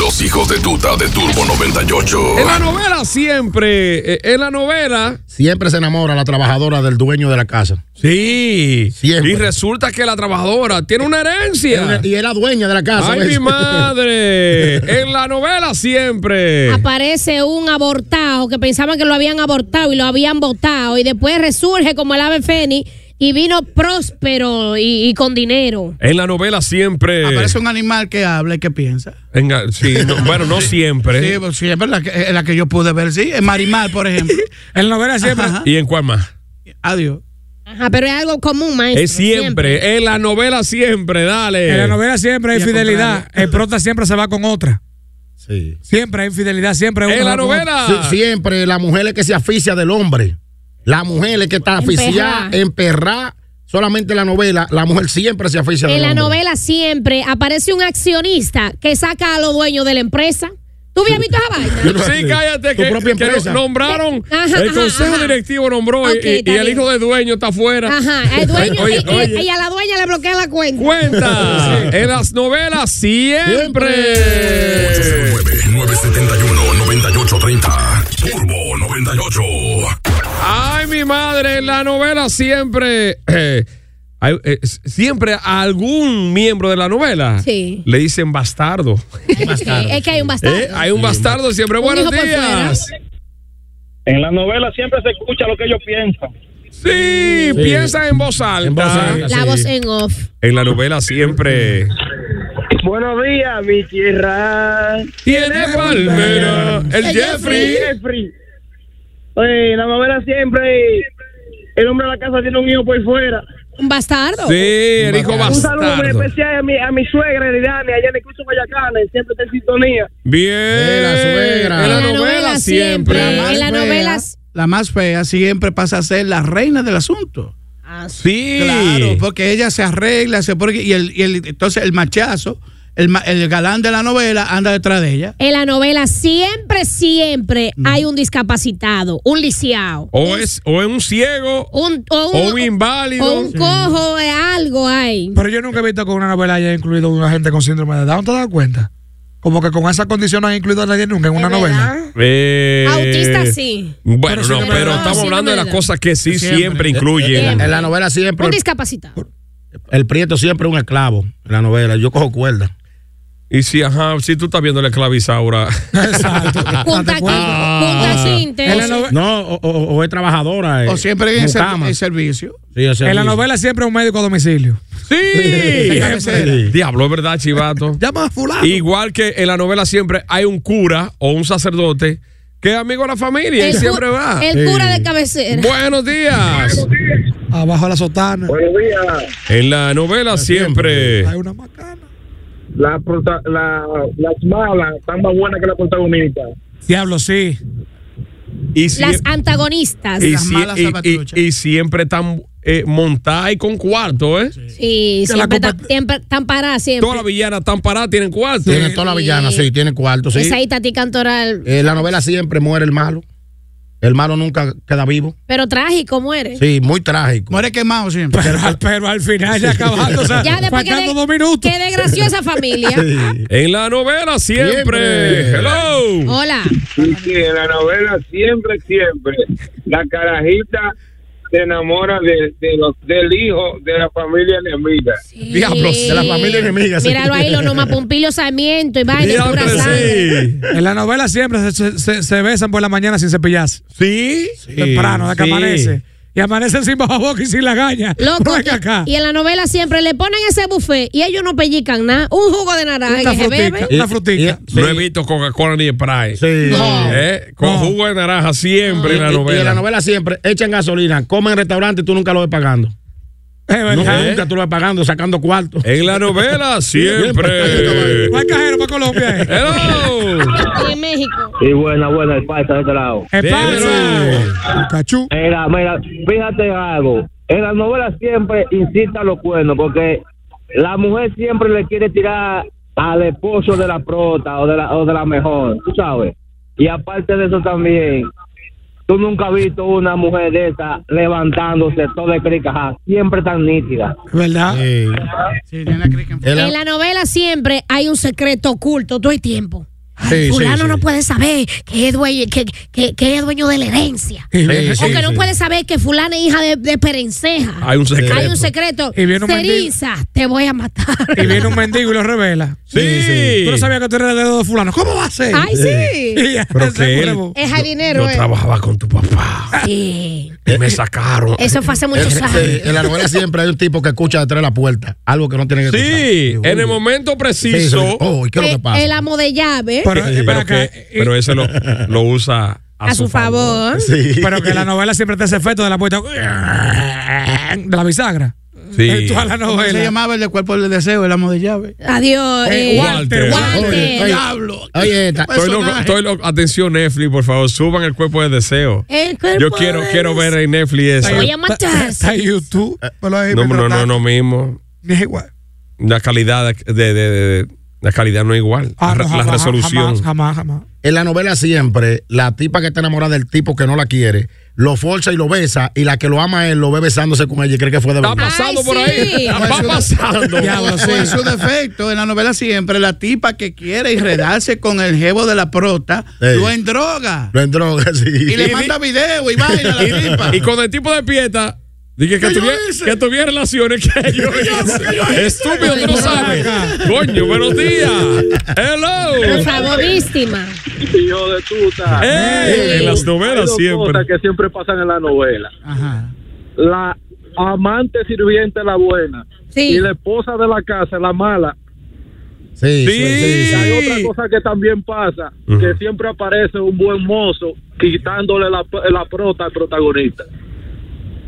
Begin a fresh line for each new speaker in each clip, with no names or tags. Los hijos de tuta de Turbo 98.
En la novela siempre, eh, en la novela.
Siempre se enamora la trabajadora del dueño de la casa.
Sí.
Siempre.
Y resulta que la trabajadora tiene una herencia.
Y era dueña de la casa.
Ay,
¿ves?
mi madre. En la novela siempre.
Ah. Aparece un abortado que pensaban que lo habían abortado y lo habían votado y después resurge como el ave fénix y vino próspero y, y con dinero.
En la novela siempre.
Aparece un animal que habla y que piensa.
En- ah, sí, no- bueno, no siempre.
Sí, pues, sí, es verdad, que, es la que yo pude ver, sí. En Marimar, por ejemplo.
En la novela siempre. ¿Y en cuál más?
Adiós.
Ajá, pero es algo común, maestro.
Es siempre. En la novela siempre, dale.
En la novela siempre hay
Y al
fidelidad.
contrario.
El prota siempre se va con otra.
Sí.
Siempre hay infidelidad, siempre uno
En
se va
la
con otra.
novela.
Sí, Siempre la mujer es que se asfixia del hombre. La mujer es que está asfixiada,
Emperrá.
emperrá. Solamente en la novela, la mujer siempre se asfixia del
En la
hombre.
novela siempre aparece un accionista que saca a los dueños de la empresa. ¿Tú habías visto esa
Yo
vaina?
no-
Sí, cállate,
Tu
que,
propia
que
empresa.
nombraron.
Ajá,
el
ajá,
consejo
ajá.
directivo nombró y-
Ok,
y,
está
el
bien.
hijo del dueño está afuera.
Ajá, el dueño
Oye,
y, y-
oye.
y a la dueña le bloquea la cuenta.
Cuenta. En las novelas siempre.
971-9830. Turbo 98.
Ay, mi madre, en la novela siempre. eh, hay, eh, s- siempre a algún miembro de la novela
Sí.
le dicen bastardo.
Sí, es que hay un bastardo.
¿Eh? Hay un bastardo siempre.
Un
Buenos
hijo por
días.
En la novela siempre se escucha lo que ellos piensan.
Sí, piensa en voz alta.
En voz alta.
La
Sí.
voz en off.
En la novela siempre.
Buenos días, mi tierra.
Tiene palmera el Jeffrey.
Jeffrey. Oye, en la novela siempre el hombre de la casa tiene un hijo por fuera.
Un bastardo.
Sí, el hijo
Un saludo muy
bastardo.
especial a mi, a mi suegra, Liliana, allá en el curso Mayacana, siempre está en sintonía.
Bien.
la suegra.
En la novela siempre.
En las
fea,
novelas.
La más fea siempre pasa a ser la reina del asunto.
Sí.
Claro, porque ella se arregla, se pone- y, el, y el- entonces el machazo, el, ma- el galán de la novela anda detrás de ella.
En la novela siempre, siempre hay un discapacitado, un lisiado.
Mm. O es, o es un ciego,
Un, o
o
un,
un
o
inválido.
un cojo, eh, algo hay.
Pero yo nunca he visto que una novela haya incluido a una gente con síndrome de Down. ¿Te das cuenta? Como que con esa condición no han incluido a nadie nunca en una novela.
Eh,
Autista sí.
Bueno,
Pero
no,
sí, no,
pero
no,
estamos
sí,
hablando
no,
de las
no.
cosas que sí siempre,
Siempre.
incluyen.
Siempre.
En la novela siempre
Un
el,
discapacitado.
el prieto siempre es un esclavo. En la novela, yo cojo cuerda.
eh.
Y si, ajá, si tú estás viendo la esclavizaura.
Exacto.
Ah,
Punta,
Date cuenta.
punta
En la
cinta.
nove-
No, o, o- o es trabajadora. eh,
O siempre en el, ser-
mucama.
el servicio.
Sí, o sea,
en la
sí.
novela siempre un médico a domicilio.
¡Sí!
Sí.
Diablo, es verdad, chivato.
Llama a fulano.
Igual que en la novela siempre hay un cura o un sacerdote que es amigo de la familia y
cu-
siempre va.
el cura de cabecera.
Buenos días.
Abajo de la sotana.
Buenos días.
En la novela siempre.
Hay una macana.
La prota- la- las malas están más buenas que la protagonista.
Diablo, sí.
Y, sie-
Las antagonistas.
y
Las
sie-
malas
y- y-
zapatruchas.
y siempre tan eh, montada y con cuarto, ¿eh?
Sí,
Que la
siempre
compa-
están siempre están paradas siempre.
Todas las villanas están paradas, tienen cuarto.
Tiene toda la villana, sí, tiene cuarto. Sí.
Esa y Tati Cantoral,
Eh, la novela siempre muere el malo. El malo nunca queda vivo.
pero trágico muere.
Sí, muy trágico.
Muere quemado siempre.
Pero, pero al final ya acabándose.
Ya después que
faltando
de-
dos minutos.
Qué desgraciosa familia.
En la novela siempre.
Siempre.
Hello.
Hola.
Sí, sí, en la novela siempre, siempre, la carajita se enamora de, de los, del hijo de la familia enemiga.
Diablos, de la familia enemiga. sí.
Míralo ahí, los nomapompilio Sarmiento y vaina
Diablo,
pura sangre.
sí.
En la novela siempre se, se- se besan por la mañana sin cepillarse.
Sí.
Temprano, de que
sí.
amanece. Y amanecen sin bajo boca y sin la gaña.
Loco,
Venga acá.
y, y en la novela siempre le ponen ese buffet y ellos no pellican nada. Un jugo de naranja
Una
que se
frutica.
bebe.
Una frutica.
Y- y-
No he visto Coca-Cola ni Sprite.
Sí.
No.
¿Eh? Con
No.
jugo de naranja siempre en la
Y- y- Y en la
novela.
novela siempre echan gasolina, comen en restaurante y tú nunca lo ves pagando.
Es
Nunca,
verdad.
nunca tú lo ves pagando, sacando cuarto.
En la novela
pues,
siempre.
No hay cajero para Colombia. eh.
Hello.
Y en México.
Y buena, buena, el paisa de este lado.
¿Qué
Dímelo.
pasa? Cachú.
Mira, mira, fíjate algo. En las novelas siempre incita a los cuernos porque la mujer siempre le quiere tirar al esposo de la prota o de la, o de la mejor, tú sabes. Y aparte de eso también, tú nunca has visto una mujer de esa levantándose toda de cricaja, siempre tan nítida.
¿Verdad?
Sí.
Sí, tiene la crica en-
En la-
En la novela siempre hay un secreto oculto todo el tiempo.
sí,
Fulano
sí,
no
sí.
puede saber que es, dueño, que, que- que es dueño de la herencia.
Y
Sí,
viene-
sí,
o que no
sí.
puede saber que fulana es hija de, de Perenceja.
Hay un secreto.
Hay un secreto.
Y viene un
Ceriza, te voy a matar.
y viene un mendigo y lo revela.
Sí.
Tú no sabías que tú eras el dedo de fulano. ¿Cómo va a ser?
Ay, sí.
Y ya,
Pero
se
que él-
fue.
Es jardinero,
Yo
eh.
trabajaba con tu papá.
Sí.
Y me sacaron.
Eso fue hace
En,
muchos
sí,
años.
en la novela siempre hay un tipo que escucha detrás de la puerta algo que no tiene que escuchar.
Sí,
Digo,
en
oye,
el momento
sí,
preciso.
sí. Oh, ¿y qué es lo que pasa?
Eh, El amo de llave.
Pero, eh, ven
Pero,
acá,
que-
y-
pero ese lo, lo usa a,
a su favor.
Sí.
pero que la novela siempre te hace efecto de la puerta. De la bisagra.
Sí.
En toda la
¿Cómo se
novela.
llamaba el de cuerpo del deseo, el amo de llave?
Adiós.
Eh,
eh,
Walter.
Oye,
Walter.
oye,
Diablo.
Oye, esta-
Estoy loco,
personaje.
estoy loco. Atención, Netflix, por favor, suban el cuerpo de deseo.
El
Yo
cuerpo
quiero,
de-
quiero ver en Netflix
Te
eso.
voy a matar.
Está en YouTube.
Eh,
ponlo ahí,
No, no,
mientras
no,
tanto.
no mismo.
Es igual.
La calidad de, de- de- de- la calidad no es igual.
Ah,
la,
no,
la
jamás, Jamás,
resolución.
jamás, jamás.
en la novela siempre la tipa que está enamorada del tipo que no la quiere lo forza y lo besa y la que lo ama a él lo ve besándose con ella y cree que fue de
Está
verdad.
pasando
Ay,
por ahí.
sí.
Va pasando.
Diablo, sí.
En su defecto, en la novela siempre, la tipa que quiere enredarse con el jevo de la prota,
Ey.
lo endroga.
Lo endroga, sí.
Y
Y
le
di-
manda video y baila a la tipa.
Y con el tipo de pieta. Dije que,
¿Qué yo
tuviera,
hice?
que tuviera relaciones que yo hice. Estúpido, tú no sabes. Coño, buenos días.
Por
Hello.
favor, víctima.
Hijo de puta.
Ey, en las novelas Eh, siempre.
que siempre pasan en la novela.
Ajá.
La amante sirviente la buena
Sí.
esposa de la casa la mala
Sí, sí, sí, sí.
Hay
Sí.
otra cosa que también pasa, que siempre aparece un buen mozo quitándole la, la prota al protagonista.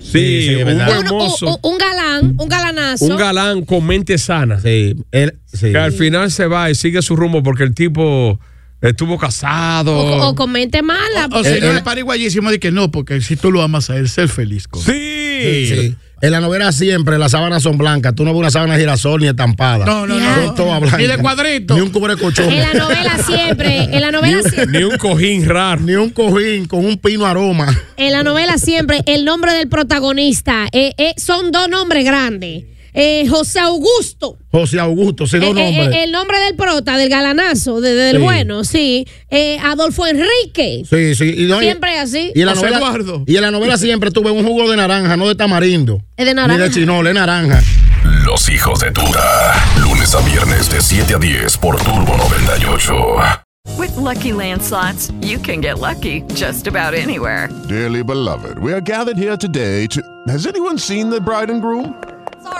Sí,
Sí, sí,
un
verdad.
buen
Uno- u-
mozo.
u- un galán, un galanazo.
Un galán con mente sana.
Sí, él- sí.
Que al final se va y sigue su rumbo porque el tipo estuvo casado.
o, o con mente mala.
O si no, el pariguayísimo dice que no, porque si tú lo amas a él, ser feliz con él.
sí.
Sí. En la novela siempre las sábanas son blancas. Tú no ves una sábana girasol ni estampada.
No, no,
Ya.
no.
Son todas blancas.
Ni de cuadrito.
Ni un cubrecolchón.
en la novela siempre, en la novela siempre,
Ni un cojín raro.
ni un cojín con un pino aroma.
en la novela siempre el nombre del protagonista eh, eh, son dos nombres grandes. Eh, José Augusto.
José Augusto, si
Eh,
no
eh,
nombre.
eh, el nombre del prota, del galanazo, de- del
Sí.
bueno, sí. Eh, Adolfo Enrique.
Sí, sí. Y, no, y-
Siempre así.
y en la
José
novela,
Eduardo.
Y en la novela siempre tuve un jugo de naranja, no de tamarindo.
Es de
Ni
naranja.
de chinole, naranja.
Los hijos de Tuta. Lunes a viernes de 7 a 10 por Turbo 98.
With Lucky Land slots, you can get lucky just about anywhere.
Dearly beloved, we are gathered here today to. Has anyone seen the bride and groom?